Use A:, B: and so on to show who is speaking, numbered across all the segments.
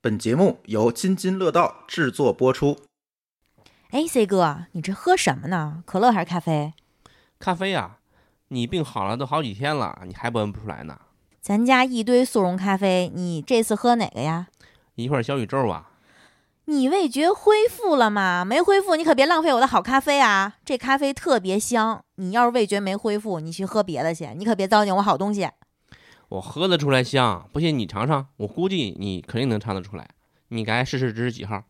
A: 本节目由津津乐道制作播出。
B: 哎，C 哥，你这喝什么呢？可乐还是咖啡？
C: 咖啡啊，你病好了都好几天了，你还不闻不出来呢？
B: 咱家一堆速溶咖啡，你这次喝哪个呀？
C: 一块小宇宙啊！
B: 你味觉恢复了吗？没恢复，你可别浪费我的好咖啡啊！这咖啡特别香，你要是味觉没恢复，你去喝别的去，你可别糟践我好东西。
C: 我喝得出来香，不信你尝尝，我估计你肯定能尝得出来。你该试试这是几号？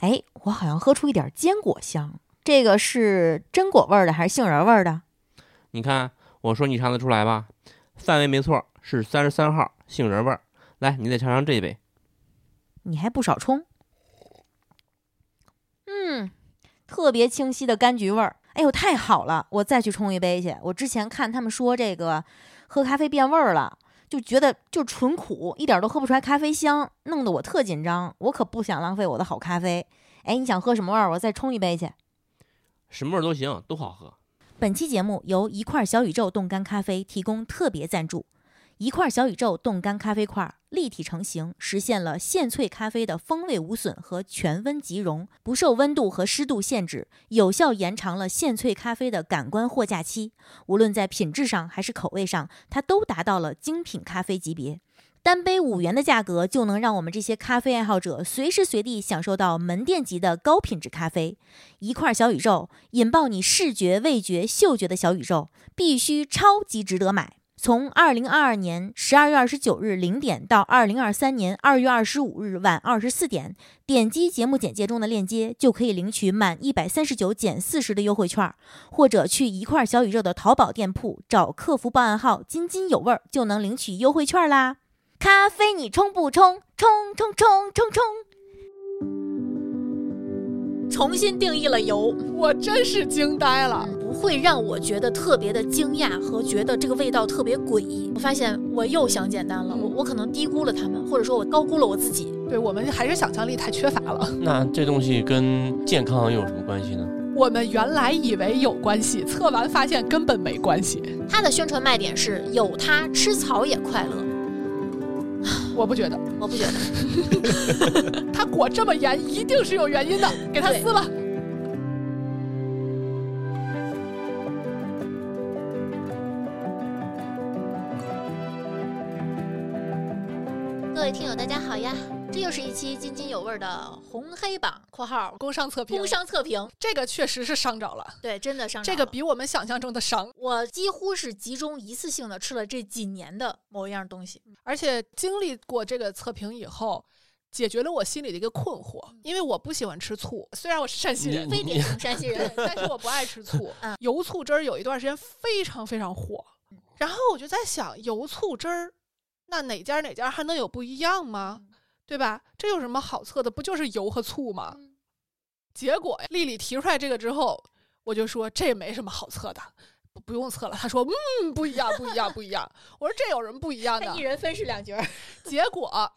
B: 哎，我好像喝出一点坚果香，这个是榛果味儿的还是杏仁味儿的？
C: 你看，我说你尝得出来吧？范围没错，是三十三号杏仁味儿。来，你再尝尝这一杯。
B: 你还不少冲。嗯，特别清晰的柑橘味儿。哎呦，太好了！我再去冲一杯去。我之前看他们说这个喝咖啡变味儿了，就觉得就纯苦，一点都喝不出来咖啡香，弄得我特紧张。我可不想浪费我的好咖啡。哎，你想喝什么味儿？我再冲一杯去。
C: 什么味儿都行，都好喝。
B: 本期节目由一块小宇宙冻干咖啡提供特别赞助。一块小宇宙冻干咖啡块立体成型，实现了现萃咖啡的风味无损和全温即溶，不受温度和湿度限制，有效延长了现萃咖啡的感官货架期。无论在品质上还是口味上，它都达到了精品咖啡级别。单杯五元的价格就能让我们这些咖啡爱好者随时随地享受到门店级的高品质咖啡。一块小宇宙引爆你视觉、味觉、嗅觉的小宇宙，必须超级值得买。从二零二二年十二月二十九日零点到二零二三年二月二十五日晚二十四点，点击节目简介中的链接就可以领取满一百三十九减四十的优惠券，或者去一块小宇宙的淘宝店铺找客服报暗号“津津有味”就能领取优惠券啦！咖啡你冲不冲？冲冲冲冲冲！重新定义了油。
D: 我真是惊呆了。
E: 不会让我觉得特别的惊讶和觉得这个味道特别诡异。我发现我又想简单了，我我可能低估了他们，或者说我高估了我自己。
D: 对我们还是想象力太缺乏了。
F: 那这东西跟健康有什么关系呢？
D: 我们原来以为有关系，测完发现根本没关系。
E: 它的宣传卖点是有它吃草也快乐，
D: 我不觉得，
E: 我不觉得。
D: 它裹这么严一定是有原因的，给它
E: 对
D: 撕了。
E: 各位听友，大家好呀，这又是一期津津有味的红黑 榜（括号
D: 工商测评，
E: 工嗯商测评
D: 这个确实是伤着了，），
E: 对，真的上涨
D: 这
E: 了
D: 个比我们想象中的伤。
E: 我几乎是集中一次性的吃了这几年的某一样东西。
D: 而且经历过这个测评以后，解决了我心里的一个困惑，因为我不喜欢吃醋，虽然我是陕西人
F: 你。
E: 非典型山西
D: 对
E: 人，，
D: 但是我不爱吃醋
E: 嗯。
D: 油醋汁儿有一段时间非常非常火，然后我就在想，油醋汁儿，那哪家哪家还能有不一样吗？对吧？这有什么好测的？不就是油和醋吗？结果呀丽丽提出来这个之后，我就说这没什么好测的，不不用测了。她说嗯，不一样，不一样，不一样。我说这有什么不一样的
E: 他一？人分饰两角儿，
D: 结果。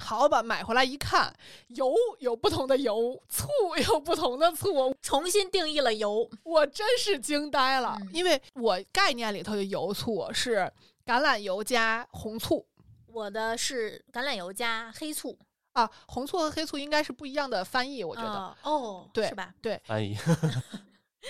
D: 好吧，买回来一看，油有不同的油，醋有不同的醋，
E: 重新定义了油。
D: 我真是惊呆了，
E: 嗯
D: 因为我概念里头的油醋是橄榄油加红醋
E: 我的是橄榄油加黑醋，
D: 啊，红醋和黑醋应该是不一样的翻译，我
E: 我
D: 觉得。
E: 哦，
D: 对
E: 是吧？
F: 阿姨，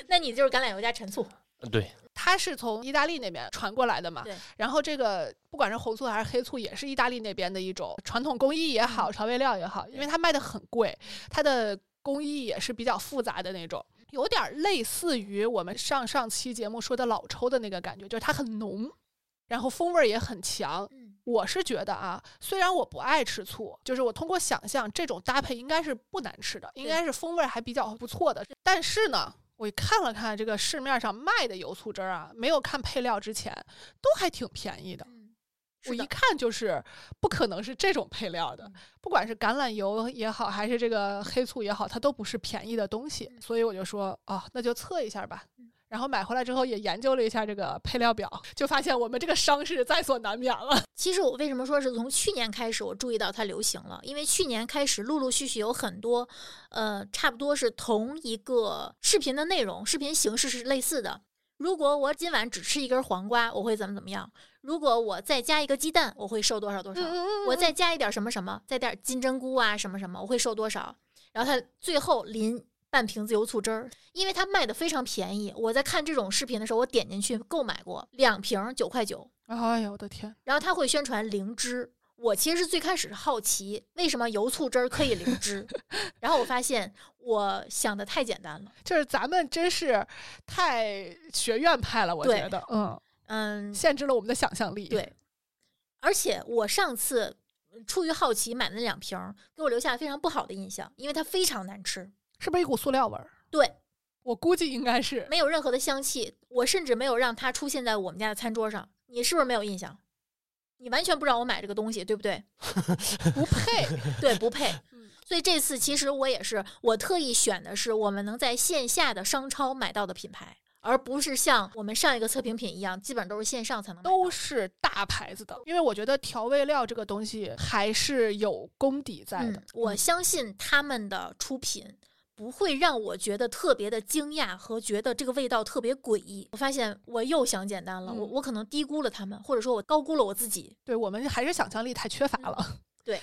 E: 那你就是橄榄油加陈醋，
F: 对，
D: 它是从意大利那边传过来的嘛
E: 对，
D: 然后这个不管是红醋还是黑醋，也是意大利那边的一种传统工艺也
E: 嗯
D: 好，调味料也好，因为它卖的很贵，它的工艺也是比较复杂的那种，有点儿类似于我们上上期节目说的老抽的那个感觉，就是它很浓，然后风味儿也很强，
E: 嗯，
D: 我是觉得啊，虽然我不爱吃醋，就是我通过想象，这种搭配应该是不难吃的，应该是风味还比较不错的。但是呢，我看了看这个市面上卖的油醋汁儿啊，没有看配料之前，都还挺便宜的。
E: 嗯
D: 我
E: 是
D: 一
E: 的，
D: 看就是不可能是这种配料的
E: 嗯，
D: 不管是橄榄油也好，还是这个黑醋也好，它都不是便宜的东西，
E: 嗯
D: 所以我就说哦，那就测一下吧。然后买回来之后也研究了一下这个配料表，就发现我们这个伤是在所难免了。
E: 其实我为什么说是从去年开始我注意到它流行了，因为去年开始陆陆续续有很多，呃，差不多是同一个视频的内容，视频形式是类似的。如果我今晚只吃一根黄瓜，我会怎么怎么样？如果我再加一个鸡蛋，我会瘦多少多少？我再加一点什么什么，再点金针菇啊什么什么，我会瘦多少？然后他最后淋半瓶子油醋汁儿，因为它卖的非常便宜。我在看这种视频的时候，我点进去购买过两瓶九块九，
D: 哎呦我的天，
E: 然后他会宣传灵芝。我其实是最开始好奇，为什么油醋汁儿可以灵芝？然后我发现我想的太简单了。
D: 就是咱们真是太学院派了，我
E: 对
D: 觉得，嗯，
E: 嗯，
D: 限制了我们的想象力。
E: 对，而且我上次嗯出于好奇买的那两瓶儿，给我留下非常不好的印象，因为它非常难吃，
D: 是不是一股塑料味儿？
E: 对，
D: 我估计应该是。
E: 没有任何的香气，我甚至没有让它出现在我们家的餐桌上。你是不是没有印象？你完全不让我买这个东西，对不对？
D: 不配。
E: 对，不配
D: 嗯。
E: 所以这次其实我也是，我特意选的是我们能在线下的商超买到的品牌，而不是像我们上一个测评品一样，基本都是线上才能买到。
D: 都是大牌子的，因为我觉得调味料这个东西还是有功底在的。
E: 嗯，我相信他们的出品不会让我觉得特别的惊讶和觉得这个味道特别诡异。我发现我又想简单了，我
D: 嗯
E: 我可能低估了他们，或者说我高估了我自己。
D: 对我们还是想象力太缺乏了。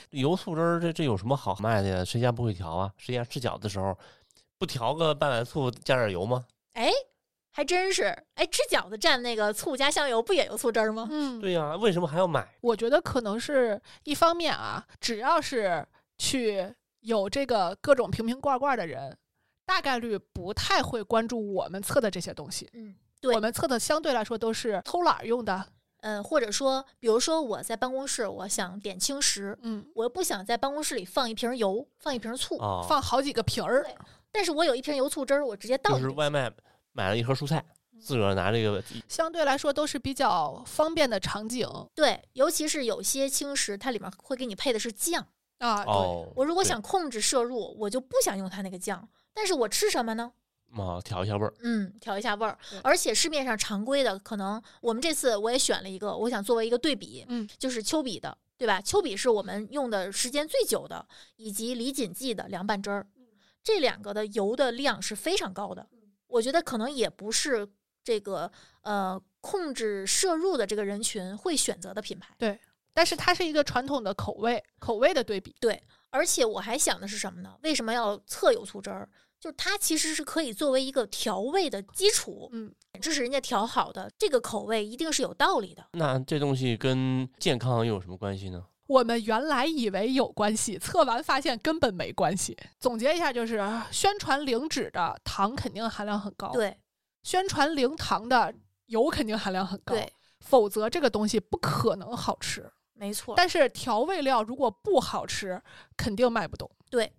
F: 油醋汁儿这这有什么好卖的呀？谁家不会调啊？谁家吃饺子的时候不调个半碗醋加点油吗？
E: 哎，还真是，哎，吃饺子蘸那个醋加香油不也有醋汁儿吗？
D: 嗯，
F: 对呀、为什么还要买？
D: 我觉得可能是一方面啊，只要是去有这个各种瓶瓶罐罐的人，大概率不太会关注我们测的这些东西。
E: 嗯，对
D: 我们测的相对来说都是偷懒儿用的。
E: 嗯，或者说，比如说我在办公室，我想点轻食，
D: 嗯，
E: 我又不想在办公室里放一瓶油，放一瓶醋，
F: 哦，
D: 放好几个瓶儿
E: 对。但是我有一瓶油醋汁儿，我直接倒
F: 就
E: 进
F: 是
E: 去。
F: 外卖买了一盒蔬菜，自个儿拿这个
D: 相对来说都是比较方便的场景
E: 对，尤其是有些轻食，它里面会给你配的是酱。
D: 啊。对，
F: 哦，
E: 我如果
F: 对
E: 想控制摄入，我就不想用它那个酱，但是我吃什么呢？
F: 哦调一下味儿，
E: 嗯，调一下味儿
D: 对。
E: 而且市面上常规的，可能我们这次我也选了一个，我想作为一个对比，
D: 嗯，
E: 就是丘比的，对吧？丘比是我们用的时间最久的，以及李锦记的凉拌汁儿，这两个的油的量是非常高的。我觉得可能也不是这个呃控制摄入的这个人群会选择的品牌。
D: 但是它是一个传统的口味口味的对比。
E: 而且我还想的是什么呢？为什么要测油醋汁儿？就是它其实是可以作为一个调味的基础，
D: 嗯，
E: 这是人家调好的，这个口味一定是有道理的。
F: 那这东西跟健康有什么关系呢？
D: 我们原来以为有关系，测完发现根本没关系。总结一下，就是宣传零脂的糖肯定含量很高，，
E: 对
D: 宣传零糖的油肯定含量很高，
E: 对，，
D: 否则这个东西不可能好吃。
E: 没错。
D: 但是调味料如果不好吃，肯定卖不动。
E: 对，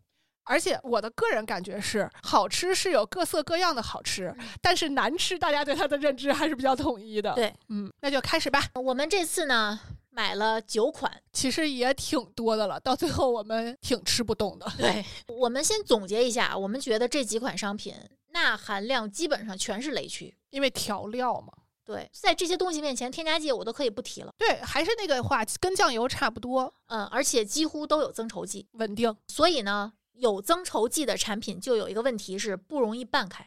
D: 而且我的个人感觉是，好吃是有各色各样的好吃，
E: 嗯
D: 但是难吃大家对它的认知还是比较统一的。
E: 对，
D: 嗯，那就开始吧。
E: 我们这次呢买了九款，
D: 其实也挺多的了，到最后我们挺吃不动的。
E: 对，我们先总结一下，我们觉得这几款商品钠含量基本上全是雷区。
D: 因为调料嘛。
E: 对，在这些东西面前，添加剂我都可以不提了。
D: 对，还是那个话，跟酱油差不多，
E: 嗯，而且几乎都有增稠剂，
D: 稳定。
E: 所以呢，有增稠剂的产品就有一个问题是不容易拌开。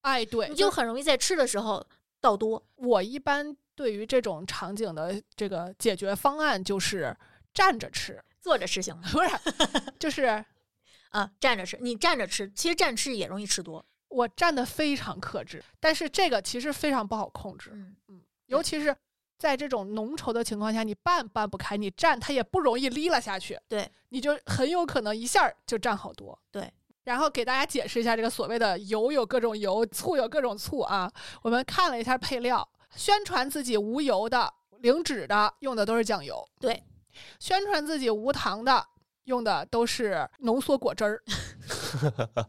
D: 哎，对，
E: 你就很容易在吃的时候倒多。
D: 我一般对于这种场景的这个解决方案就是站着吃，
E: 坐着吃行吗？
D: 不是，就是
E: 啊，站着吃，你站着吃，其实站着吃也容易吃多。
D: 我站的非常克制，但是这个其实非常不好控制，
E: 嗯，
D: 尤其是。在这种浓稠的情况下，你拌拌不开，你蘸它也不容易沥了下去。
E: 对，
D: 你就很有可能一下儿就蘸好多。
E: 对，
D: 然后给大家解释一下这个所谓的油有各种油，醋有各种醋啊。我们看了一下配料，宣传自己无油的、零脂的用的都是酱油，
E: 对，
D: 宣传自己无糖的用的都是浓缩果汁儿，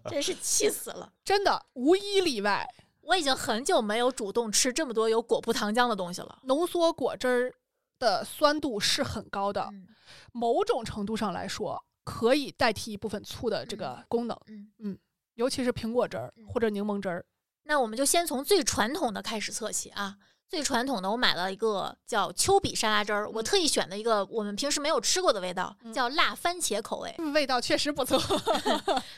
E: 真是气死了。
D: 真的无一例外，
E: 我已经很久没有主动吃这么多有果葡糖浆的东西了。
D: 浓缩果汁儿的酸度是很高的，
E: 嗯
D: 某种程度上来说可以代替一部分醋的这个功能，
E: 嗯，
D: 尤其是苹果汁儿
E: 嗯
D: 或者柠檬汁儿。
E: 那我们就先从最传统的开始测起啊。最传统的，我买了一个叫丘比沙拉汁儿，我特意选的一个我们平时没有吃过的味道，
D: 嗯
E: 叫辣番茄口味。
D: 味道确实不错。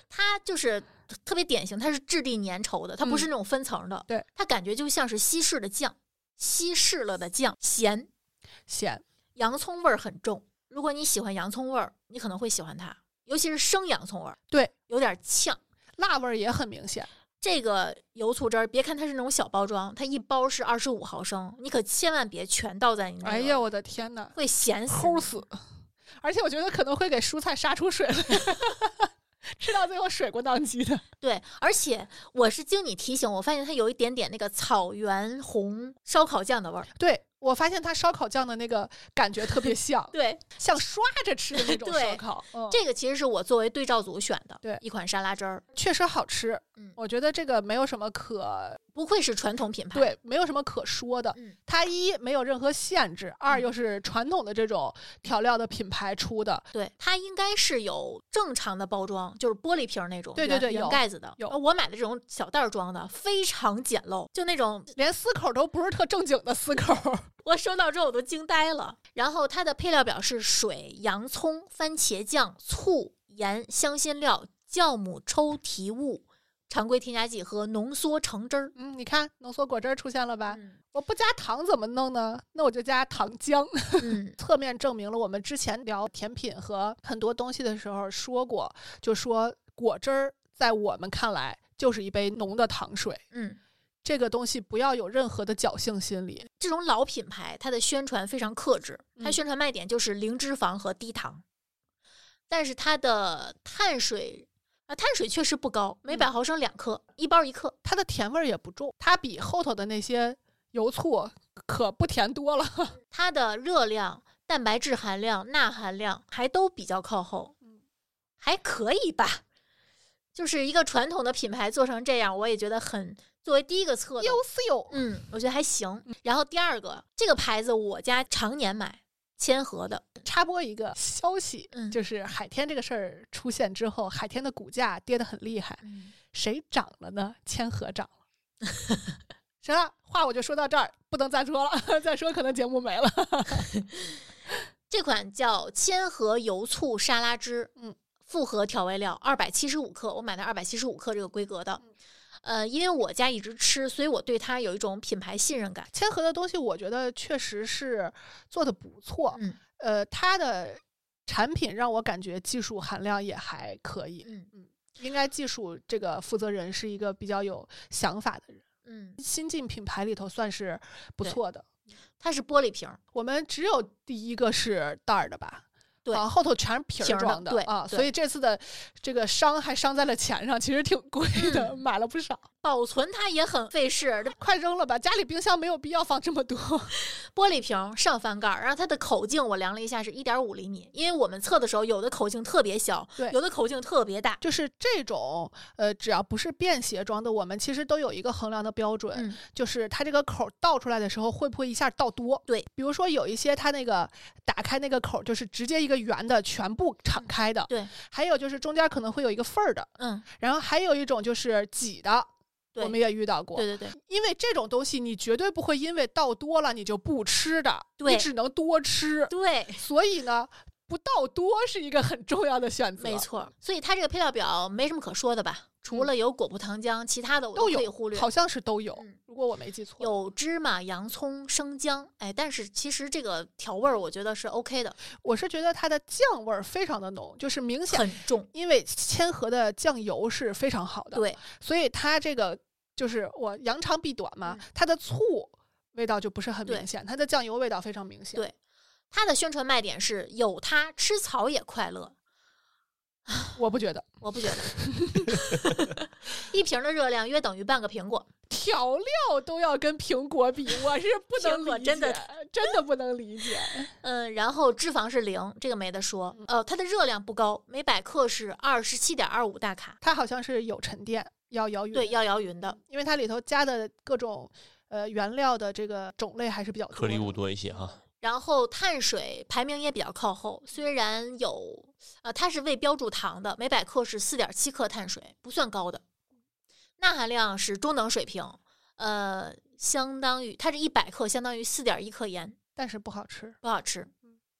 E: 它就是特别典型，它是质地粘稠的，它不是
D: 嗯
E: 那种分层的，
D: 对，
E: 它感觉就像是稀释的酱，稀释了的酱，咸，
D: 咸，
E: 洋葱味儿很重。如果你喜欢洋葱味儿，你可能会喜欢它，尤其是生洋葱味儿，
D: 对，
E: 有点呛。
D: 辣味儿也很明显。
E: 这个油醋汁儿，别看它是那种小包装，它一包是二十五毫升，你可千万别全倒在你那个，
D: 哎呀，我的天哪，
E: 会咸死
D: 齁
E: 你
D: 死！ 而且我觉得可能会给蔬菜杀出水来， 吃到最后水过当机的。
E: 对，而且我是经你提醒，我发现它有一点点那个草原红烧烤酱的味儿。，
D: 对我发现它烧烤酱的那个感觉特别像
E: 对，
D: 像刷着吃的那种
E: 对
D: 烧烤，嗯、
E: 这个其实是我作为对照组选的，
D: 对
E: 一款沙拉汁儿，
D: 确实好吃。
E: 嗯
D: 我觉得这个没有什么可
E: 不愧是传统品牌。，
D: 对，没有什么可说的。
E: 嗯
D: 它一没有任何限制，二
E: 嗯
D: 又是传统的这种调料的品牌出的，
E: 对，它应该是有正常的包装，就是玻璃瓶儿那种，
D: 对对对
E: 圆
D: 有
E: 圆盖子的。
D: 有
E: 呃我买的这种小袋儿装的，非常简陋，就那种
D: 连丝口都不是特正经的丝口。
E: 我收到之后我都惊呆了。然后它的配料表是水、洋葱、番茄酱、醋、盐、香辛料、酵母抽提物、常规添加剂和浓缩橙汁儿。
D: 嗯，你看浓缩果汁儿出现了吧？
E: 嗯
D: 我不加糖怎么弄呢？那我就加糖浆。
E: 嗯
D: 侧面证明了我们之前聊甜品和很多东西的时候说过，就说果汁儿在我们看来就是一杯浓的糖水，
E: 嗯，
D: 这个东西不要有任何的侥幸心理。
E: 这种老品牌它的宣传非常克制，它
D: 嗯
E: 宣传卖点就是零脂肪和低糖，但是它的碳水啊碳水确实不高，每百
D: 嗯
E: 毫升两克，一包一克。
D: 它的甜味儿也不重，它比后头的那些油醋可不甜多了。
E: 它的热量、蛋白质含量、钠含量还都比较靠后，
D: 嗯
E: 还可以吧。就是一个传统的品牌做成这样，我也觉得很作为第一个 测的，
D: 优丝有，
E: 嗯，我觉得还行。然后第二个，这个牌子我家常年买，千和的，
D: 插播一个消息，
E: 嗯
D: 就是海天这个事儿出现之后，海天的股价跌得很厉害，谁涨了呢？千和涨了。行了，话我就说到这儿，不能再说了， 再说可能节目没了。
E: 这款叫千和油醋沙拉汁，
D: 嗯，
E: 复合调味料，二百七十五克，我买的二百七十五克这个规格的。呃，因为我家一直吃，所以我对它有一种品牌信任感。
D: 千和的东西，我觉得确实是做的不错。
E: 嗯
D: 呃，它的产品让我感觉技术含量也还可以。
E: 嗯
D: 应该技术这个负责人是一个比较有想法的人，
E: 嗯，
D: 新进品牌里头算是不
E: 对
D: 错的。
E: 它是玻璃瓶儿，
D: 我们只有第一个是袋儿的吧？
E: 对
D: 啊，后头全是瓶
E: 瓶
D: 儿
E: 儿的
D: 装
E: 对
D: 啊，
E: 对
D: 所以这次的这个伤还伤在了钱上，其实挺贵的，
E: 嗯
D: 买了不少，
E: 保存它也很费事。这
D: 快扔了吧，家里冰箱没有必要放这么多。
E: 玻璃瓶儿上翻盖儿，然后它的口径我量了一下是一点五厘米，因为我们测的时候有的口径特别小，
D: 对
E: 有的口径特别大。
D: 就是这种，呃，只要不是便携装的，我们其实都有一个衡量的标准，
E: 嗯
D: 就是它这个口儿倒出来的时候会不会一下倒多？
E: 对，
D: 比如说有一些它那个打开那个口儿就是直接一个圆的全部敞开的，
E: 对，
D: 还有就是中间可能会有一个缝儿的，
E: 嗯，
D: 然后还有一种就是挤的，
E: 对
D: 我们也遇到过
E: 对，对对，
D: 因为这种东西你绝对不会因为倒多了你就不吃的，
E: 对
D: 你只能多吃，
E: 对，
D: 所以呢，不倒多是一个很重要的选择，
E: 没错儿。所以它这个配料表没什么可说的吧？除
D: 嗯
E: 了有果葡糖浆，其他的我
D: 都
E: 可以
D: 有
E: 忽略。
D: 好像是都有，
E: 嗯
D: 如果我没记错。
E: 有芝麻、洋葱、生姜，哎，但是其实这个调味儿我觉得是 OK 的，
D: 我是觉得它的酱味儿非常的浓，就是明显，
E: 很重。
D: 因为千和的酱油是非常好的，，
E: 对，
D: 所以它这个就是我扬长避短嘛，
E: 嗯
D: 它的醋味道就不是很
E: 对
D: 明显，它的酱油味道非常明显。
E: 对它的宣传卖点是有它吃草也快乐，
D: 我不觉得
E: 我不觉得， 一瓶的热量约等于半个苹果。
D: 调料都要跟苹果比，我是不能
E: 苹果
D: 理解，
E: 真的
D: 真的不能理解。
E: 嗯，然后脂肪是零，这个没得说。
D: 嗯
E: 呃，它的热量不高，每百克是二十七点二五大卡，
D: 它好像是有沉淀，要摇匀，
E: 对，要摇匀的。
D: 因为它里头加的各种呃原料的这个种类还是比较多的，
F: 颗粒物多一些哈、
E: 然后碳水排名也比较靠后，虽然有，呃，它是未标注糖的，每百克是四点七克碳水，不算高的。钠含量是中等水平，呃，相当于它这一百克相当于四点一克盐，
D: 但是不好吃，
E: 不好吃。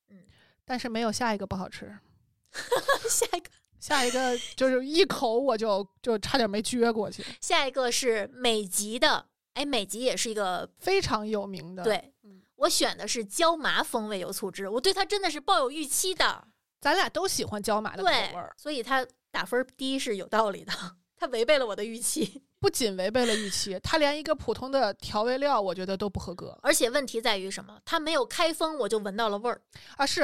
D: 但是没有下一个不好吃。
E: 下一个
D: 下一 个就是一口我就就差点没撅过去，
E: 下一个是美籍的，哎，美籍也是一个
D: 非常有名的。，
E: 对
D: 嗯。
E: 我选的是椒麻风味油醋汁，我对它真的是抱有预期的，
D: 咱俩都喜欢椒麻的口
E: 对
D: 味儿，，
E: 所以它打分低是有道理的，它违背了我的预期。
D: 不仅违背了预期，它连一个普通的调味料我觉得都不合格
E: 而且问题在于什么？它没有开封，我就闻到了味儿。
D: 啊，是，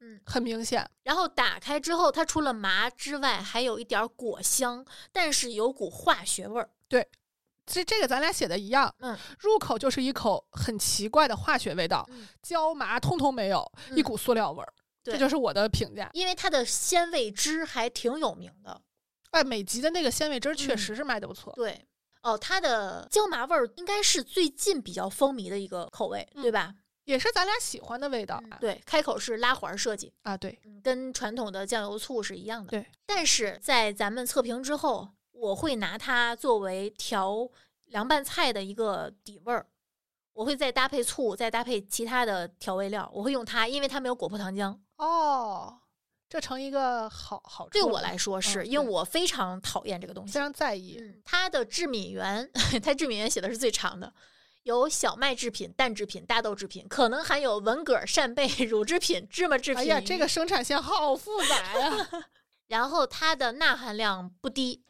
E: 嗯，
D: 很明显，
E: 然后打开之后，它除了麻之外，还有一点儿果香，但是有股化学味儿。
D: 这这个咱俩写的一样，
E: 嗯，
D: 入口就是一口很奇怪的化学味道，
E: 嗯
D: 椒麻通通没有，
E: 嗯
D: 一股塑料味儿，
E: 对
D: 这就是我的评价。
E: 因为它的鲜味汁还挺有名的。
D: 哎，美籍的那个鲜味汁儿确
E: 嗯
D: 实是卖的不错，
E: 对，哦，它的椒麻味儿应该是最近比较风靡的一个口味，对吧？
D: 也是咱俩喜欢的味道啊。
E: 嗯对，开口是拉环设计，
D: 啊，对，
E: 嗯跟传统的酱油醋是一样的。
D: 对，
E: 但是在咱们测评之后，我会拿它作为调凉拌菜的一个底味儿。我会再搭配醋，再搭配其他的调味料。我会用它，因为它没有果葡糖浆。
D: 哦，这成一个好好
E: 对
D: 处了
E: 我来说是，
D: 嗯
E: 因为
D: 对
E: 我非常讨厌这个东西
D: 非。常在意。
E: 嗯，它的制米源， 它制米源写的是最长的，有小麦制品、蛋制品、大豆制品，可能还有文蛤、扇贝、 乳制品、芝麻制品。
D: 哎呀，这个！生产线好复杂呀！
E: 然后它的钠含量不低，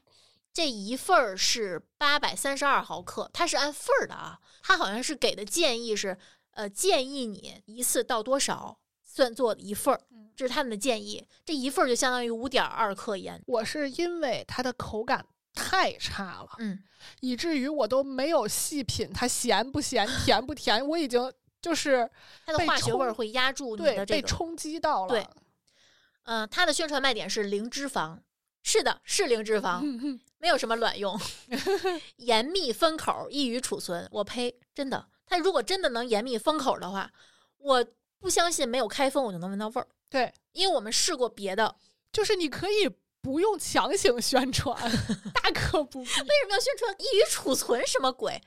E: 这一份儿是八百三十二毫克，它是按份儿的啊。它好像是给的建议是，呃，建议你一次倒多少算作一份儿，
D: 嗯
E: 这是他们的建议。这一份儿就相当于五点二克盐。
D: 我是因为它的口感太差了，
E: 嗯，
D: 以至于我都没有细品它咸不 咸、甜不甜，我已经就是
E: 它的
D: 被
E: 化学味儿
D: 冲
E: 会压住你
D: 对
E: 的这
D: 被
E: 个。
D: 冲击到了。
E: 对嗯，它的宣传卖点是零脂肪，是的，是零脂肪，
D: 嗯，
E: 没有什么卵用，严密封口，易于储存。我呸，真的，它如果真的能严密封口的话，我不相信没有开封我就能闻到味儿，
D: 对，
E: 因为我们试过别的。
D: 就是你可以不用强行宣 传，大可不必。
E: 为什么要宣传易于储存？什么鬼？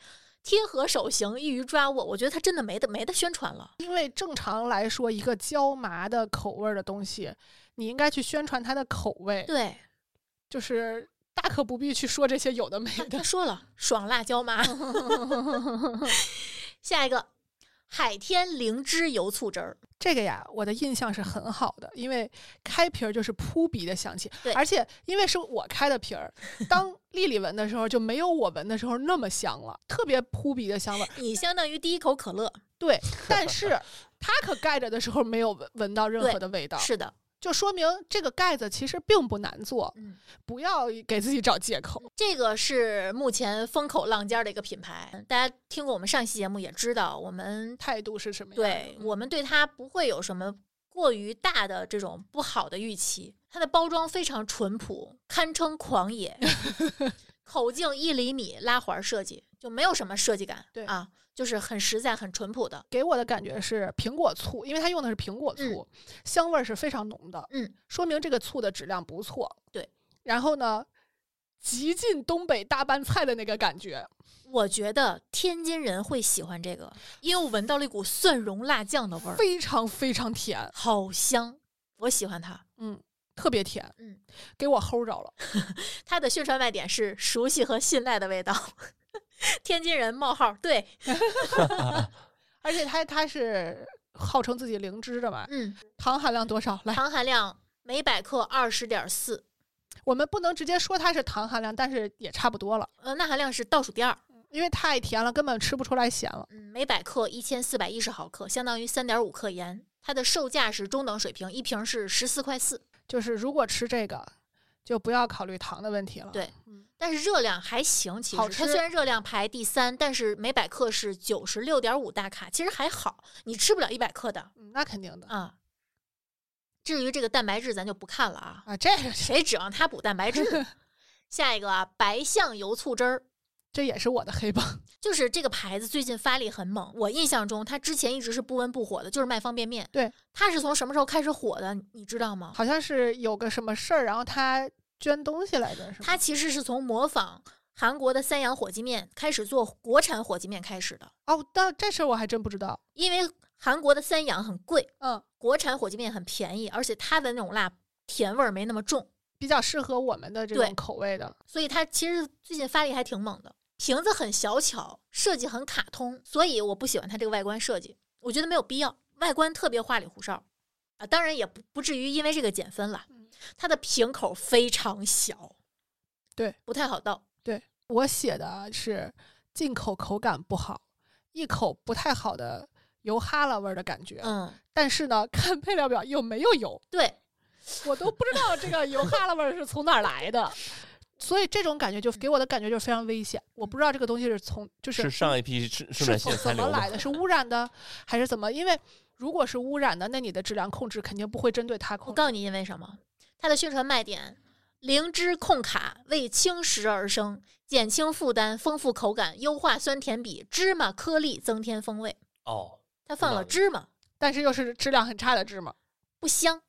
E: 贴合手型，易于抓握。我觉得它真的没得没得宣传了。
D: 因为正常来说，一个椒麻的口味儿的东西，你应该去宣传它的口味，
E: 对，
D: 就是大可不必去说这些有的没
E: 他
D: 的
E: 他。说了，爽辣椒麻。下一个，海天灵芝油醋汁儿。
D: 这个呀，我的印象是很好的，因为开瓶儿就是扑鼻的香气
E: 对，
D: 而且因为是我开的 瓶儿，当丽丽闻的时候就没有我闻的时候那么香了，特别扑鼻的香味儿。
E: 你相当于第一口可乐，
D: 对，但是它可盖着的时候没有闻闻到任
E: 对
D: 何的味道，
E: 是的，
D: 就说明这个盖子其实并不难做，
E: 嗯，
D: 不要给自己找借口。
E: 这个是目前风口浪尖儿的一个品牌。大家听过我们上期节目也知道，我们
D: 态度是什么样的？
E: 对我们对它不会有什么过于大的这种不好的预期。它的包装非常淳朴，堪称 狂野，口径一厘米，拉环设计，就没有什么设计感，
D: 对
E: 啊，就是很实在、很淳朴的。
D: 给我的感觉是苹果醋，因为它用的是苹果醋，香味儿是非常浓的，
E: 嗯，
D: 说明这个醋的质量不错。
E: 对，
D: 然后呢，极尽东北大拌菜的那个感觉，
E: 我觉得天津人会喜欢这个，因为我闻到了一股蒜蓉辣酱的味儿，
D: 非常非常甜，
E: 好香，我喜欢它。
D: 嗯，特别甜，
E: 嗯，
D: 给我齁着了。
E: 它的宣传卖点是熟悉和信赖的味道。 天津人冒号对，
D: 而且它它是号称自己灵芝的嘛，
E: 嗯，
D: 糖含量多少？来，
E: 糖含量每百克二十点四，
D: 我们不能直接说它是糖含量，但是也差不多了，
E: 呃，钠含量是倒数第二，
D: 因为太甜了，根本吃不出来咸了。
E: 嗯，每百克一千四百一十毫克，相当于三点五克盐。它的售价是中等水平，一瓶是十四块四，
D: 就是如果吃这个，就不要考虑糖的问题了。
E: 对但是热量还行。其实
D: 好
E: 它
D: 吃
E: 虽然热量排第三，但是每百克是九十六点五大卡，其实还好，你吃不了一百克的
D: 嗯，那肯定的
E: 啊。至于这个蛋白质，咱就不看了啊。
D: 啊，这个
E: 谁指望它补蛋白质？
D: 啊
E: 下一个啊，白象油醋汁儿，
D: 这也是我的黑榜。
E: 就是这个牌子最近发力很猛。我印象中，它之前一直是不温不火的，就是卖方便面。
D: 对，
E: 它是从什么时候开始火的？你知道吗？
D: 好像是有个什么事儿，然后他捐东西来着，是吗？
E: 它其实是从模仿韩国的三阳火鸡面开始做国产火鸡面开始的，
D: 哦，那这事儿我还真不知道。
E: 因为韩国的三阳很贵，
D: 嗯，
E: 国产火鸡面很便宜，而且它的那种辣甜味儿没那么重。
D: 比较适合我们的这
E: 对
D: 种口味的。
E: 所以它其实最近发力还挺猛的。瓶子很小巧，设计很卡通，所以我不喜欢它这个外观设计，我觉得没有必要，外观特别花里胡哨啊。当然也不不至于因为这个减分了
D: 嗯。
E: 它的瓶口非常小，
D: 对，
E: 不太好倒。
D: 我写的啊是进口口感不好，一口不太好的油哈喇味儿的感觉。
E: 嗯，
D: 但是呢， 看配料表又没有油，
E: 对，
D: 我都不知道这个油哈喇味儿是从哪儿来 的。所以这种感觉
E: 嗯
D: 就给我的感觉就是非常危险，我不知道这个东西是从就是
F: 是上一批生生
D: 是
F: 产
D: 从
F: 线才
D: 怎么
F: 留
D: 来
F: 的，
D: 的？是污染的还是怎么？因为如果是污染的，那你的质量控制肯定不会针对它
E: 我
D: 控制。
E: 告诉你因为什么，它的宣传卖点：灵芝控卡，为轻食而生，减轻负担，丰富口感，优化酸甜比，芝麻颗粒增添风味。
F: 哦，
E: 它放
F: 知
E: 了
F: 道了
E: 芝麻，
D: 但是又是质量很差的芝麻，
E: 不香。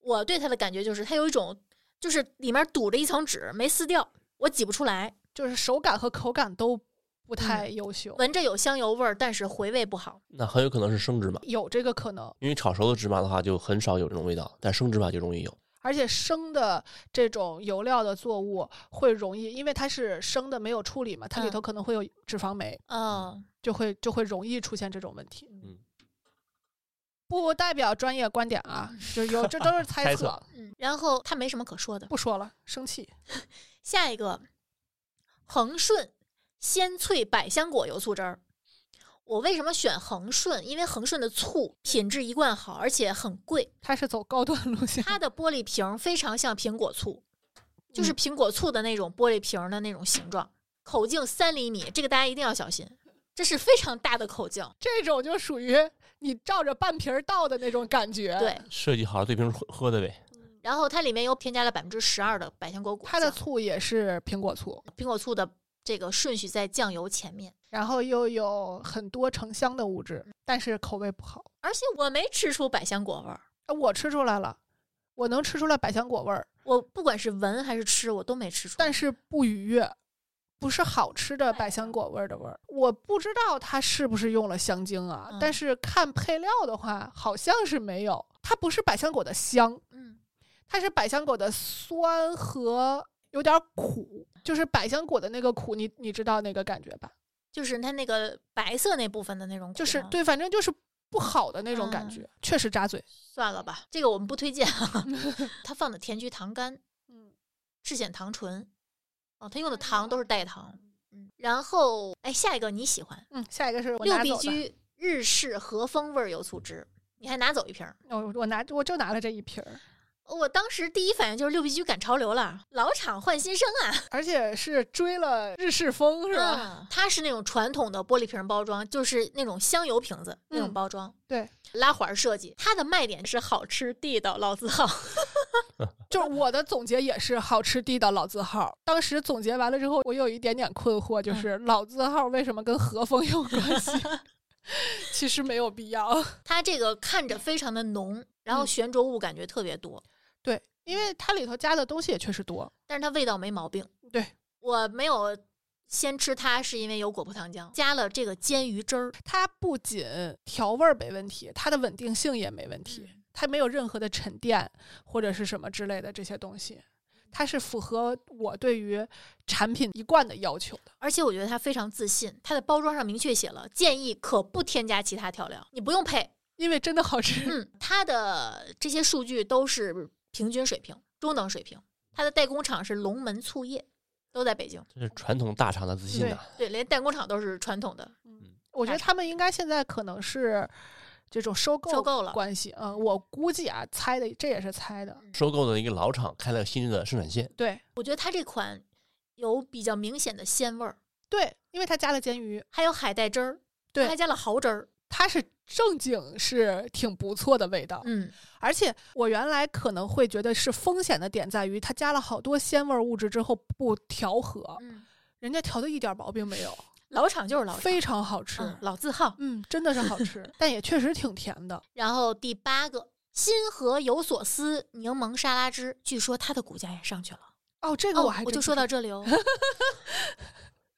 E: 我对它的感觉就是，它有一种就是里面堵着一层纸没撕掉，我挤不出来，
D: 就是手感和口感都不太
E: 嗯
D: 优秀，
E: 闻着有香油味儿，但是回味不好。
F: 那很有可能是生芝麻，
D: 有这个可能。
F: 因为炒熟的芝麻的话就很少有这种味道，但生芝麻就容易有。
D: 而且生的这种油料的作物会容易，因为它是生的，没有处理嘛，它里
E: 嗯
D: 头可能会有脂肪酶，
E: 哦，
D: 就会就会容易出现这种问题。
F: 嗯，
D: 不代表专业观点啊，就有这都是猜
F: 猜
D: 测，
F: 测
E: 嗯，然后它没什么可说的。
D: 不说了，生气。
E: 下一个，恒顺鲜萃百香果油醋汁儿。我为什么选恒顺？因为恒顺的醋品质一贯好，而且很贵。
D: 它是走高端路线，
E: 它的玻璃瓶儿非常像苹果醋，就是
D: 嗯
E: 苹果醋的那种玻璃瓶儿的那种形状，口径三厘米，这个大家一定要小心，这是非常大的口径。
D: 这种就属于你照着半瓶儿倒的那种感觉。
E: 对，，
F: 设计好了对瓶喝喝的呗，
E: 然后它里面又添加了百分之十二的百香果果
D: 它的
E: 酱，
D: 醋也是苹果醋，
E: 苹果醋的这个顺序在酱油前面。
D: 然后又有很多橙香的物质，但是口味不好。
E: 而且我没吃出百香果味儿，
D: 呃我吃出来了，我能吃出来百香果味儿，
E: 我不管是闻还是吃，我都没吃出。
D: 但是不愉悦，不是好吃的百香果味儿的味儿。我不知道它是不是用了香精啊，
E: 嗯
D: 但是看配料的话，好像是没有。它不是百香果的香，
E: 嗯，
D: 它是百香果的酸和有点苦，就是百香果的那个苦，你你知道那个感觉吧？
E: 就是它那个白色那部分的那种果吗，
D: 就是对，反正就是不好的那种
E: 嗯
D: 感觉，确实扎嘴。
E: 算了吧，这个我们不推荐啊。它放的甜菊糖苷、
D: 嗯，
E: 赤藓糖醇，哦，它用的糖都是代糖。嗯，然后哎，下一个你喜欢
D: 嗯，下一个是我
E: 六
D: 拿
E: 必
D: 走的，
E: 居日式和风味儿油醋汁，你还拿走一瓶儿。
D: 我哦我拿我就拿了这一瓶儿，
E: 我当时第一反应就是六必居赶潮流了，老厂换新生啊！
D: 而且是追了日式风是吧？
E: 嗯，它是那种传统的玻璃瓶包装，就是那种香油瓶子那种
D: 嗯
E: 包装，
D: 对，
E: 拉环设计。它的卖点是好吃、地道、老字号。
D: 就是我的总结也是好吃地道老字号。当时总结完了之后，我有一点点困惑，
E: 嗯
D: 就是老字号为什么跟和风有关系？ 其实没有必要，
E: 它这个看着非常的浓，然后
D: 嗯
E: 悬浊物感觉特别多，
D: 对，
E: 嗯
D: 因为它里头加的东西也确实多。
E: 但是它味道没毛病。
D: 对，
E: 我没有先吃它，是因为有果葡糖浆，加了这个煎鱼汁儿。
D: 它不仅调味儿没问题，它的稳定性也没问题，
E: 嗯
D: 它没有任何的沉淀或者是什么之类的这些东西，
E: 嗯
D: 它是符合我对于产品一贯的要求的。
E: 而且我觉得它非常自信，它的包装上明确写了，建议可不添加其他调料，你不用配。
D: 因为真的好吃，
E: 嗯，它的这些数据都是平均水平、中等水平。它的代工厂是龙门醋业，都在北京。
F: 这是传统大厂的自信
D: 对
F: 呐、
E: 对，连代工厂都是传统的。
D: 我觉得他们应该现在可能是这种收购
E: 收购了
D: 关系，嗯，我估计啊，猜的这也是猜的，
E: 嗯
F: 收购的一个老厂开了新的生产线，
D: 对
E: 我觉得它这款有比较明显的鲜味儿，
D: 对，因为他加了煎鱼，
E: 还有海带汁儿，
D: 对
E: 还加了蚝汁儿，
D: 它是正经是挺不错的味道，
E: 嗯，
D: 而且我原来可能会觉得是风险的点在于它加了好多鲜味儿物质之后不调和，
E: 嗯
D: 人家调的一点毛病没有，
E: 老厂就是老厂，
D: 非常好吃。
E: 嗯老字号。
D: 嗯，真的是好 吃，但也确实挺甜的。
E: 然后第八个新和有所思柠檬沙拉汁，据说它的股价也上去了。
D: 哦，这个
E: 哦
D: 还、
E: 我就说到，这里 哦。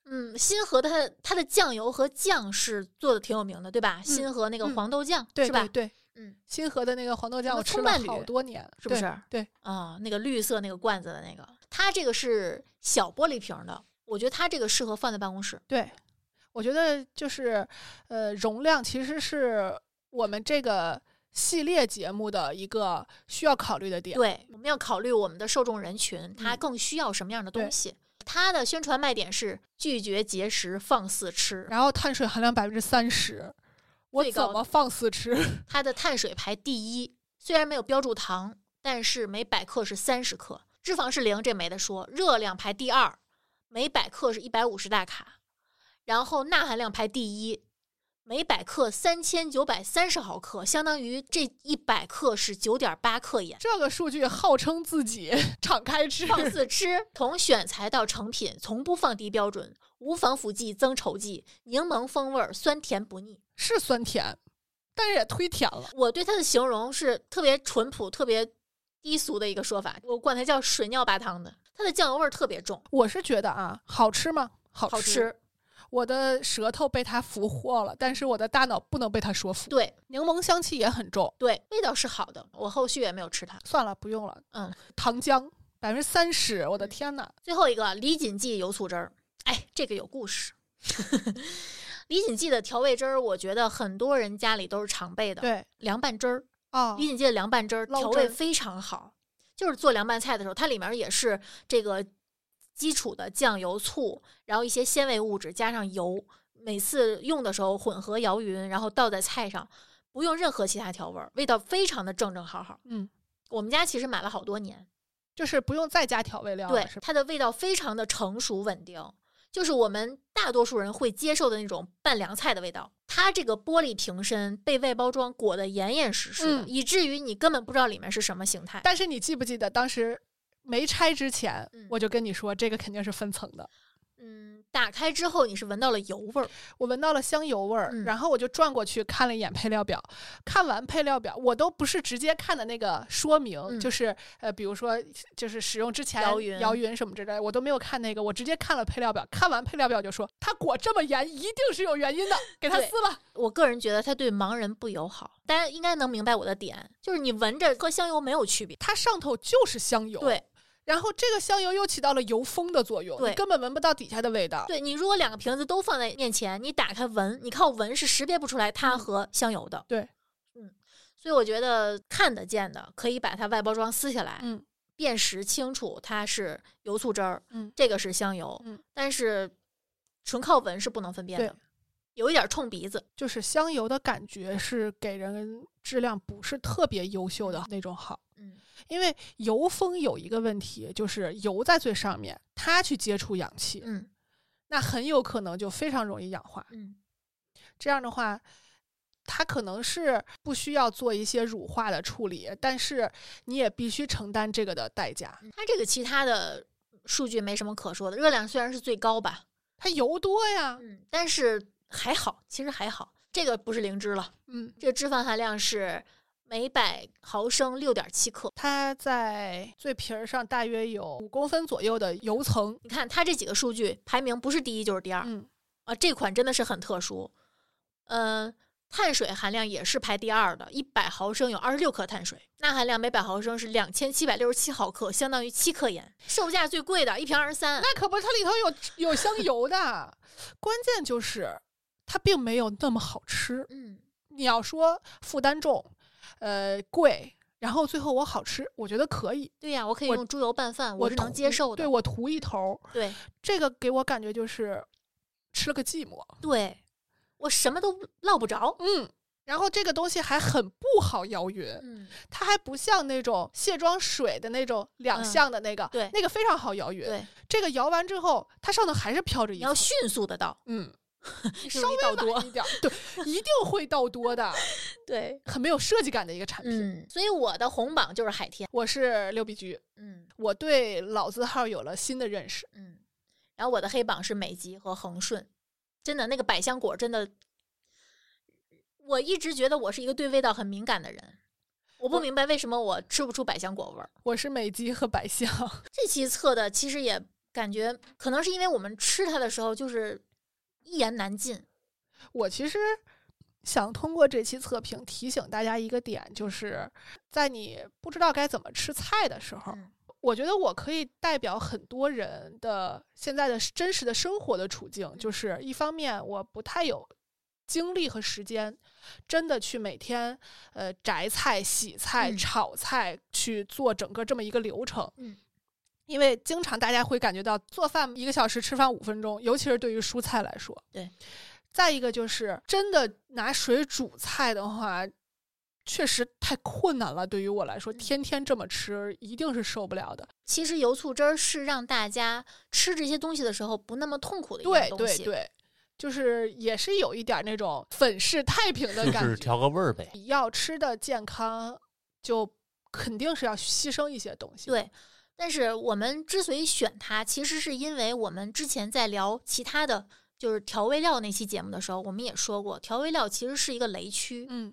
E: 嗯，新和的它它的酱油和酱是做的挺有名的，对吧？新和那个
D: 嗯
E: 黄豆酱、
D: 对
E: 是吧？
D: 对对，
E: 嗯，
D: 新河的那个黄豆酱，
E: 那
D: 我
E: 个
D: 吃
E: 葱
D: 了
E: 伴侣
D: 好多年，
E: 是不
D: 对
E: 是？
D: 对，
E: 哦，那个绿色那个罐子的那个，它这个是小玻璃瓶的，我觉得它这个适合放在办公室。
D: 对，我觉得就是呃，容量其实是我们这个系列节目的一个需要考虑的点。
E: 对，我们要考虑我们的受众人群，他更需要什么样的东
D: 嗯对
E: 西。它的宣传卖点是拒绝节食，放肆吃。
D: 然后碳水含量百分之三十，我
E: 最
D: 怎
E: 高的
D: 么放肆吃？
E: 它的碳水排第一，虽然没有标注糖，但是每百克是三十克，脂肪是零，这没得说。热量排第二，每百克是一百五十大卡，然后钠含量排第一，每百克三千九百三十毫克，相当于这一百克是九点八克盐。
D: 这个数据号称自己 敞开吃，
E: 放肆吃，从选材到成品，从不放低标准，无防腐剂、增稠剂，柠檬风味儿，酸甜不腻。
D: 是酸甜，但是也忒甜了。
E: 我对它的形容是特别淳朴、特别低俗的一个说法，我管它叫水尿拔汤的。它的酱油味儿特别重，
D: 我是觉得啊，好吃吗？好吃。
E: 好吃。
D: 我的舌头被它俘获了，但是我的大脑不能被它说服。
E: 对
D: 柠檬香气也很重。
E: 对，味道是好的。我后续也没有吃它。
D: 算了，不用了。
E: 嗯，
D: 糖浆百分之三十，我的
E: 嗯
D: 天哪！
E: 最后一个李锦记油醋汁儿，哎，这个有故事。 李锦记的调味汁儿，我觉得很多人家里都是常备的，
D: 对
E: 凉拌汁儿。
D: 啊，
E: 李锦记的凉拌汁儿
D: 捞
E: 调
D: 汁
E: 味
D: 儿
E: 非常好，就是做凉拌菜的时候，它里面也是这个基础的酱油、醋，然后一些鲜味物质加上油，每次用的时候混合摇匀，然后倒在菜上，不用任何其他调味儿，味道非常的正正好好。
D: 嗯，
E: 我们家其实买了好多年，
D: 就是不用再加调味料了，
E: 对
D: 是吧？
E: 它的味道非常的成熟稳定，就是我们大多数人会接受的那种拌凉菜的味道。它这个玻璃瓶身被外包装裹得严严实实的，
D: 嗯
E: 以至于你根本不知道里面是什么形态。
D: 但是你记不记得当时没拆之前，
E: 嗯
D: 我就跟你说这个肯定是分层的。
E: 嗯，打开之后你是闻到了油味儿，
D: 我闻到了香油味儿，
E: 嗯
D: 然后我就转过去看了一眼配料表。看完配料表，我都不是直接看的那个说明，
E: 嗯
D: 就是呃，比如说就是使用之前
E: 摇匀
D: 摇匀什么之类的，我都没有看那个，我直接看了配料表。看完配料表就说，它裹这么严，一定是有原因的，给它
E: 对
D: 撕了。
E: 我个人觉得它对盲人不友好。大家应该能明白我的点，就是你闻着和香油没有区别。
D: 它上头就是香油，
E: 对，
D: 然后这个香油又起到了油封的作用，
E: 对
D: 你根本闻不到底下的味道。
E: 对你如果两个瓶子都放在面前，你打开闻，你靠闻是识别不出来它和香油的。
D: 嗯对，
E: 嗯，所以我觉得看得见的可以把它外包装撕下来，
D: 嗯，
E: 辨识清楚它是油醋汁儿，
D: 嗯
E: 这个是香油，
D: 嗯，
E: 但是纯靠闻是不能分辨的
D: 对，
E: 有一点儿冲鼻子。
D: 就是香油的感觉是给人质量不是特别优秀的那种好。
E: 嗯，
D: 因为油封有一个问题，就是油在最上面，它去接触氧气，
E: 嗯
D: 那很有可能就非常容易氧化。
E: 嗯
D: 这样的话，它可能是不需要做一些乳化的处理，但是你也必须承担这个的代价。
E: 嗯它这个其他的数据没什么可说的，热量虽然是最高吧，
D: 它油多呀，
E: 嗯，但是还好，其实还好，这个不是灵芝了，
D: 嗯，
E: 这个脂肪含量是每百毫升六点七克。
D: 它在最皮儿上大约有五公分左右的油层。
E: 你看它这几个数据排名不是第一就是第二、
D: 嗯，
E: 啊，这款真的是很特殊。嗯、碳水含量也是排第二的，一百毫升有二十六克碳水，钠含量每百毫升是两千七百六十七毫克，相当于七克盐。售价最贵的一瓶二十三，
D: 啊那可不是，它里头有有香油的。关键就是它并没有那么好吃。
E: 嗯，
D: 你要说负担重，呃，贵，然后最后我好吃，我觉得可以，
E: 对呀、我可以
D: 我
E: 用猪油拌饭，是能
D: 图
E: 接受的。
D: 对我图一头，
E: 对
D: 这个给我感觉就是吃了个寂寞，
E: 对，我什么都落不着。
D: 嗯。然后这个东西还很不好摇匀，
E: 嗯，
D: 它还不像那种卸妆水的那种两
E: 嗯
D: 相的那个，
E: 对
D: 那个非常好摇匀。
E: 对，
D: 这个摇完之后，它上头还是飘着
E: 你
D: 一
E: 要
D: 层，
E: 迅速的到，
D: 嗯，
E: 稍微到多
D: 慢。一 点儿，对，一定会倒多的，
E: 对，
D: 很没有设计感的一个产品。
E: 嗯，所以我的红榜就是海天。
D: 我是六必居，
E: 嗯
D: 我对老字号有了新的认识。
E: 嗯，然后我的黑榜是美极和恒顺，真的那个百香果真的，我一直觉得我是一个对味道很敏感的人，我不
D: 我
E: 明白为什么我吃不出百香果味儿。
D: 我是美肌和百香，
E: 这期测的其实也感觉可能是因为我们吃它的时候就是一言难尽。
D: 我其实想通过这期测评提醒大家一个点，就是在你不知道该怎么吃菜的时候，
E: 嗯
D: 我觉得我可以代表很多人的现在的真实的生活的处境，
E: 嗯
D: 就是一方面我不太有精力和时间，真的去每天呃摘菜、洗菜、
E: 嗯
D: 炒菜，去做整个这么一个流程。
E: 嗯
D: 因为经常大家会感觉到做饭一个小时，吃饭五分钟，尤其是对于蔬菜来说。
E: 对。
D: 再一个就是，真的拿水煮菜的话，确实太困难了。对于我来
E: 嗯
D: 说，天天这么吃一定是受不了的。
E: 其实油醋汁儿是让大家吃这些东西的时候不那么痛苦的一
D: 对
E: 样东
D: 对
E: 西。
D: 对，就是也是有一点那种粉饰太平的
F: 就
D: 感
F: 是
D: 觉。
F: 调个味儿呗。
D: 你要吃的健康，就肯定是要牺牲一些东西。
E: 对，但是我们之所以选它，其实是因为我们之前在聊其他的就是调味料那期节目的时候，我们也说过，调味料其实是一个雷区，
D: 嗯，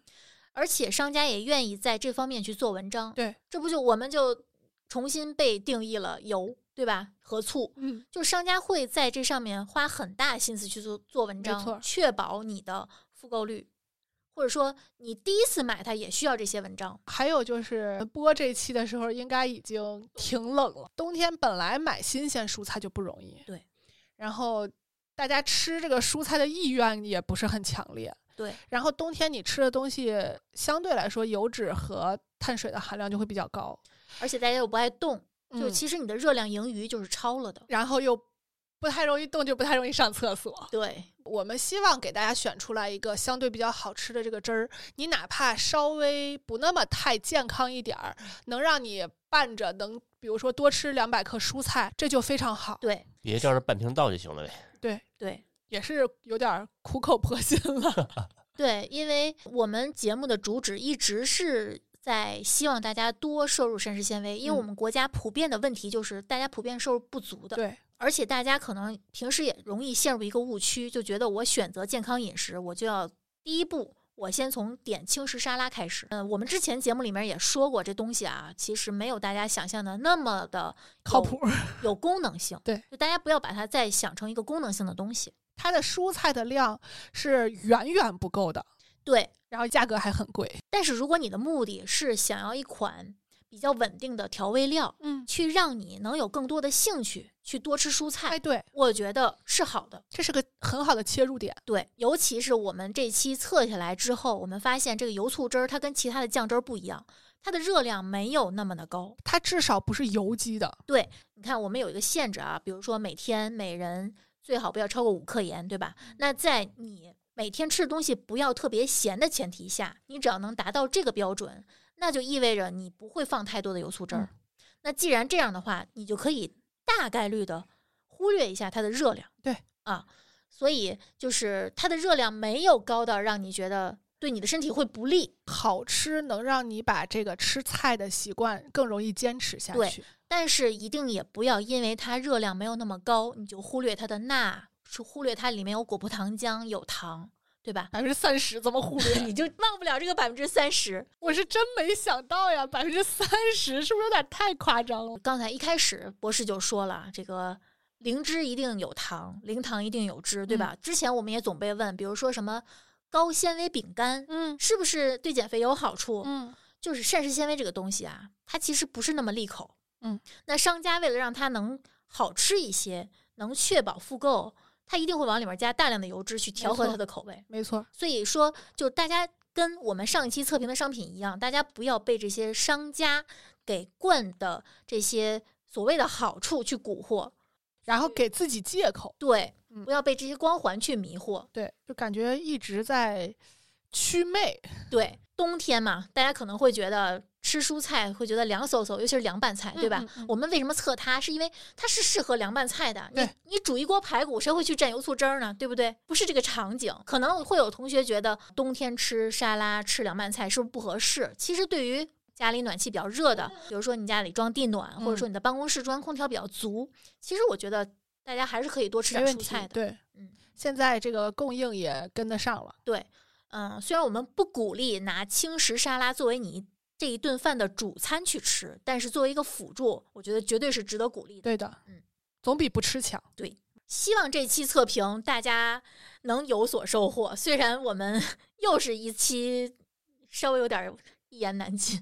E: 而且商家也愿意在这方面去做文章。
D: 对，
E: 这不就我们就重新被定义了油，对吧？和醋，
D: 嗯
E: 就商家会在这上面花很大心思去做做文
D: 错
E: 章，确保你的复购率，或者说你第一次买它也需要这些文章。
D: 还有就是播这期的时候，应该已经挺冷了。冬天本来买新鲜蔬菜就不容易，
E: 对。
D: 然后大家吃这个蔬菜的意愿也不是很强烈，
E: 对。
D: 然后冬天你吃的东西相对来说油脂和碳水的含量就会比较高，
E: 而且大家又不爱动，就
D: 嗯
E: 其实你的热量盈余就是超了的。
D: 然后又不太容易动，就不太容易上厕所。
E: 对，
D: 我们希望给大家选出来一个相对比较好吃的这个汁儿，你哪怕稍微不那么太健康一点儿，能让你拌着能，比如说多吃两百克蔬菜，这就非常好。
E: 对，
F: 别叫这半瓶倒就行了呗。
D: 对，
E: 对，
D: 也是有点儿苦口婆心 了。
E: 对，因为我们节目的主旨一直是在希望大家多摄入膳食纤维，因为我
D: 嗯
E: 们国家普遍的问题就是大家普遍摄入不足的，
D: 对，
E: 而且大家可能平时也容易陷入一个误区，就觉得我选择健康饮食，我就要第一步。我先从点轻食沙拉开始。嗯，我们之前节目里面也说过，这东西啊，其实没有大家想象的那么的
D: 靠谱。
E: 有功能性。
D: 对，
E: 就大家不要把它再想成一个功能性的东西。
D: 它的蔬菜的量是远远不够的，
E: 对，
D: 然后价格还很贵。
E: 但是如果你的目的是想要一款比较稳定的调味料，
D: 嗯，
E: 去让你能有更多的兴趣去多吃蔬
D: 哎，
E: 菜，
D: 对，
E: 我觉得是好的。
D: 这是个很好的切入点。
E: 对，尤其是我们这期测下来之后，我们发现这个油醋汁儿它跟其他的酱汁儿不一样，它的热量没有那么的高。
D: 它至少不是油基的，
E: 对，你看我们有一个限制啊，比如说每天每人最好不要超过五克盐，对吧？那在你每天吃的东西不要特别咸的前提下，你只要能达到这个标准，那就意味着你不会放太多的油醋汁儿。那既然这样的话，你就可以大概率的忽略一下它的热量。
D: 对
E: 啊，所以就是它的热量没有高到让你觉得对你的身体会不利。
D: 好吃能让你把这个吃菜的习惯更容易坚持下
E: 对
D: 去。
E: 但是一定也不要因为它热量没有那么高，你就忽略它的钠，是忽略它里面有果葡糖浆、有糖，对吧？
D: 百分之三十怎么忽略？
E: 你就 忘不了这个百分之三十。
D: 我是真没想到呀，百分之三十是不是有点太夸张了？
E: 刚才一开始博士就说了，这个灵芝一定有糖，零糖一定有脂，
D: 嗯
E: 对吧？之前我们也总被问，比如说什么高纤维饼干。
D: 嗯
E: 是不是对减肥有好处？
D: 嗯，
E: 就是膳食纤维这个东西啊，它其实不是那么利口。
D: 嗯，
E: 那商家为了让它能好吃一些，能确保复购，它一定会往里面加大量的油脂去调和
D: 没错
E: 它的口味。
D: 没错，
E: 所以说，就大家跟我们上一期测评的商品一样，大家不要被这些商家给惯的这些所谓的好处去蛊惑，
D: 然后给自己借口，
E: 对，
D: 嗯
E: 不要被这些光环去迷惑。
D: 对，就感觉一直在祛魅。
E: 对，冬天嘛，大家可能会觉得吃蔬菜会觉得凉飕飕，尤其是凉拌菜，对吧？
D: 嗯嗯嗯
E: 我们为什么测它？是因为它是适合凉拌菜的。你
D: 对
E: 你煮一锅排骨，谁会去蘸油醋汁儿呢？对不对？不是这个场景。可能会有同学觉得冬天吃沙拉、吃凉拌菜是不是不合适？其实对于家里暖气比较热的，比如说你家里装地暖，或者
D: 嗯
E: 说你的办公室装空调比较足，其实我觉得大家还是可以多吃
D: 没
E: 点
D: 问
E: 蔬
D: 题
E: 菜的。，
D: 对，
E: 嗯
D: 现在这个供应也跟得上了，
E: 对，嗯，虽然我们不鼓励拿轻食沙拉作为你这一顿饭的主餐去吃，但是作为一个辅助，我觉得绝对是值得鼓励的。
D: 对的，
E: 嗯，
D: 总比不吃强。
E: 希望这期测评大家能有所收获。虽然我们 又是一期稍微有点儿一言难尽。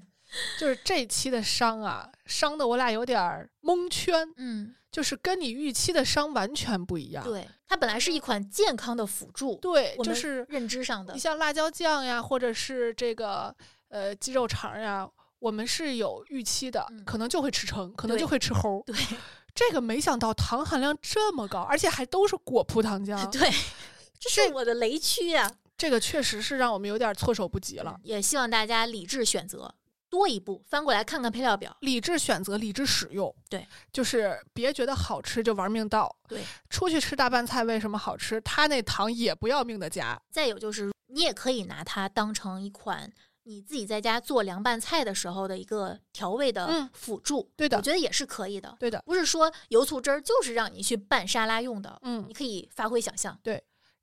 D: 就是这期的伤啊，伤的我俩有点儿蒙圈，
E: 嗯，
D: 就是跟你预期的伤完全不一样。
E: 对，它本来是一款健康的辅助，
D: 对，
E: 我
D: 就
E: 们
D: 是
E: 认知上的
D: 你，像辣椒酱呀，或者是这个呃鸡肉肠呀，我们是有预期的，
E: 嗯
D: 可能就会吃撑，可能就
E: 对
D: 会吃齁。
E: 对，
D: 这个没想到糖含量这么高，而且还都是果葡糖浆
E: 对，这是我的雷区呀、
D: 这个确实是让我们有点措手不及了。
E: 也希望大家理智选择，多一步翻过来看看配料表。
D: 理智选择，理智使用。
E: 对，
D: 就是别觉得好吃就玩命倒。
E: 对，
D: 出去吃大拌菜为什么好吃？他那糖也不要命的加。
E: 再有就是，你也可以拿它当成一款你自己在家做凉拌菜的时候的一个调味的
D: 嗯
E: 辅助，
D: 对的
E: 我觉得也是可以的。
D: 对的，
E: 不是说油醋汁儿就是让你去拌沙拉用的，
D: 嗯
E: 你。可以发挥想象。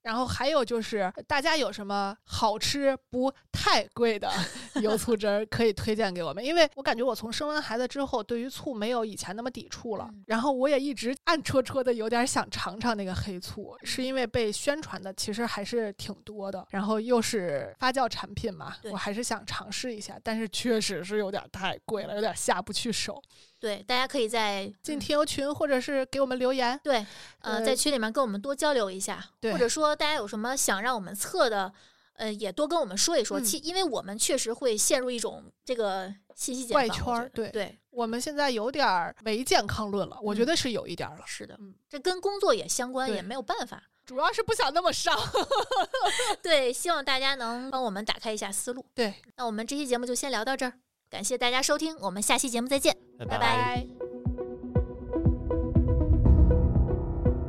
D: 然后还有就是，大家有什么好吃不太贵的油醋汁儿可以推荐给我们？因为我感觉我从生完孩子之后，对于醋没有以前那么抵触了
E: 嗯。
D: 然后我也一直暗戳戳的有点想尝尝那个黑醋，
E: 嗯
D: 是因为被宣传的其实还是挺多的。然后又是发酵产品嘛，
E: 对
D: 我还是想尝试一下，但是确实是有点太贵了，有点下不去手。
E: 对，大家可以在
D: 进
E: 嗯
D: 听友群或者是给我们留言，
E: 对，呃，
D: 呃
E: 在群里面跟我们多交流一下，
D: 对
E: 或者说大家有什么想让我们测的，呃，也多跟我们说一说。
D: 嗯
E: 其因为我们确实会陷入一种这个信息茧
D: 怪
E: 房我
D: 圈
E: 觉
D: 儿
E: 得
D: 对
E: 对，
D: 我们现在有点儿唯健康论了，我觉
E: 嗯
D: 得是有一点儿了。
E: 是的
D: 嗯，
E: 这跟工作也相关，
D: 对
E: 也没有办法。
D: 主要是不想那么 伤。
E: 对，希望大家能帮我们打开一下思路。
D: 对，
E: 那我们这期节目就先聊到这儿，感谢大家收听，我们下期节目再见，拜
D: 拜。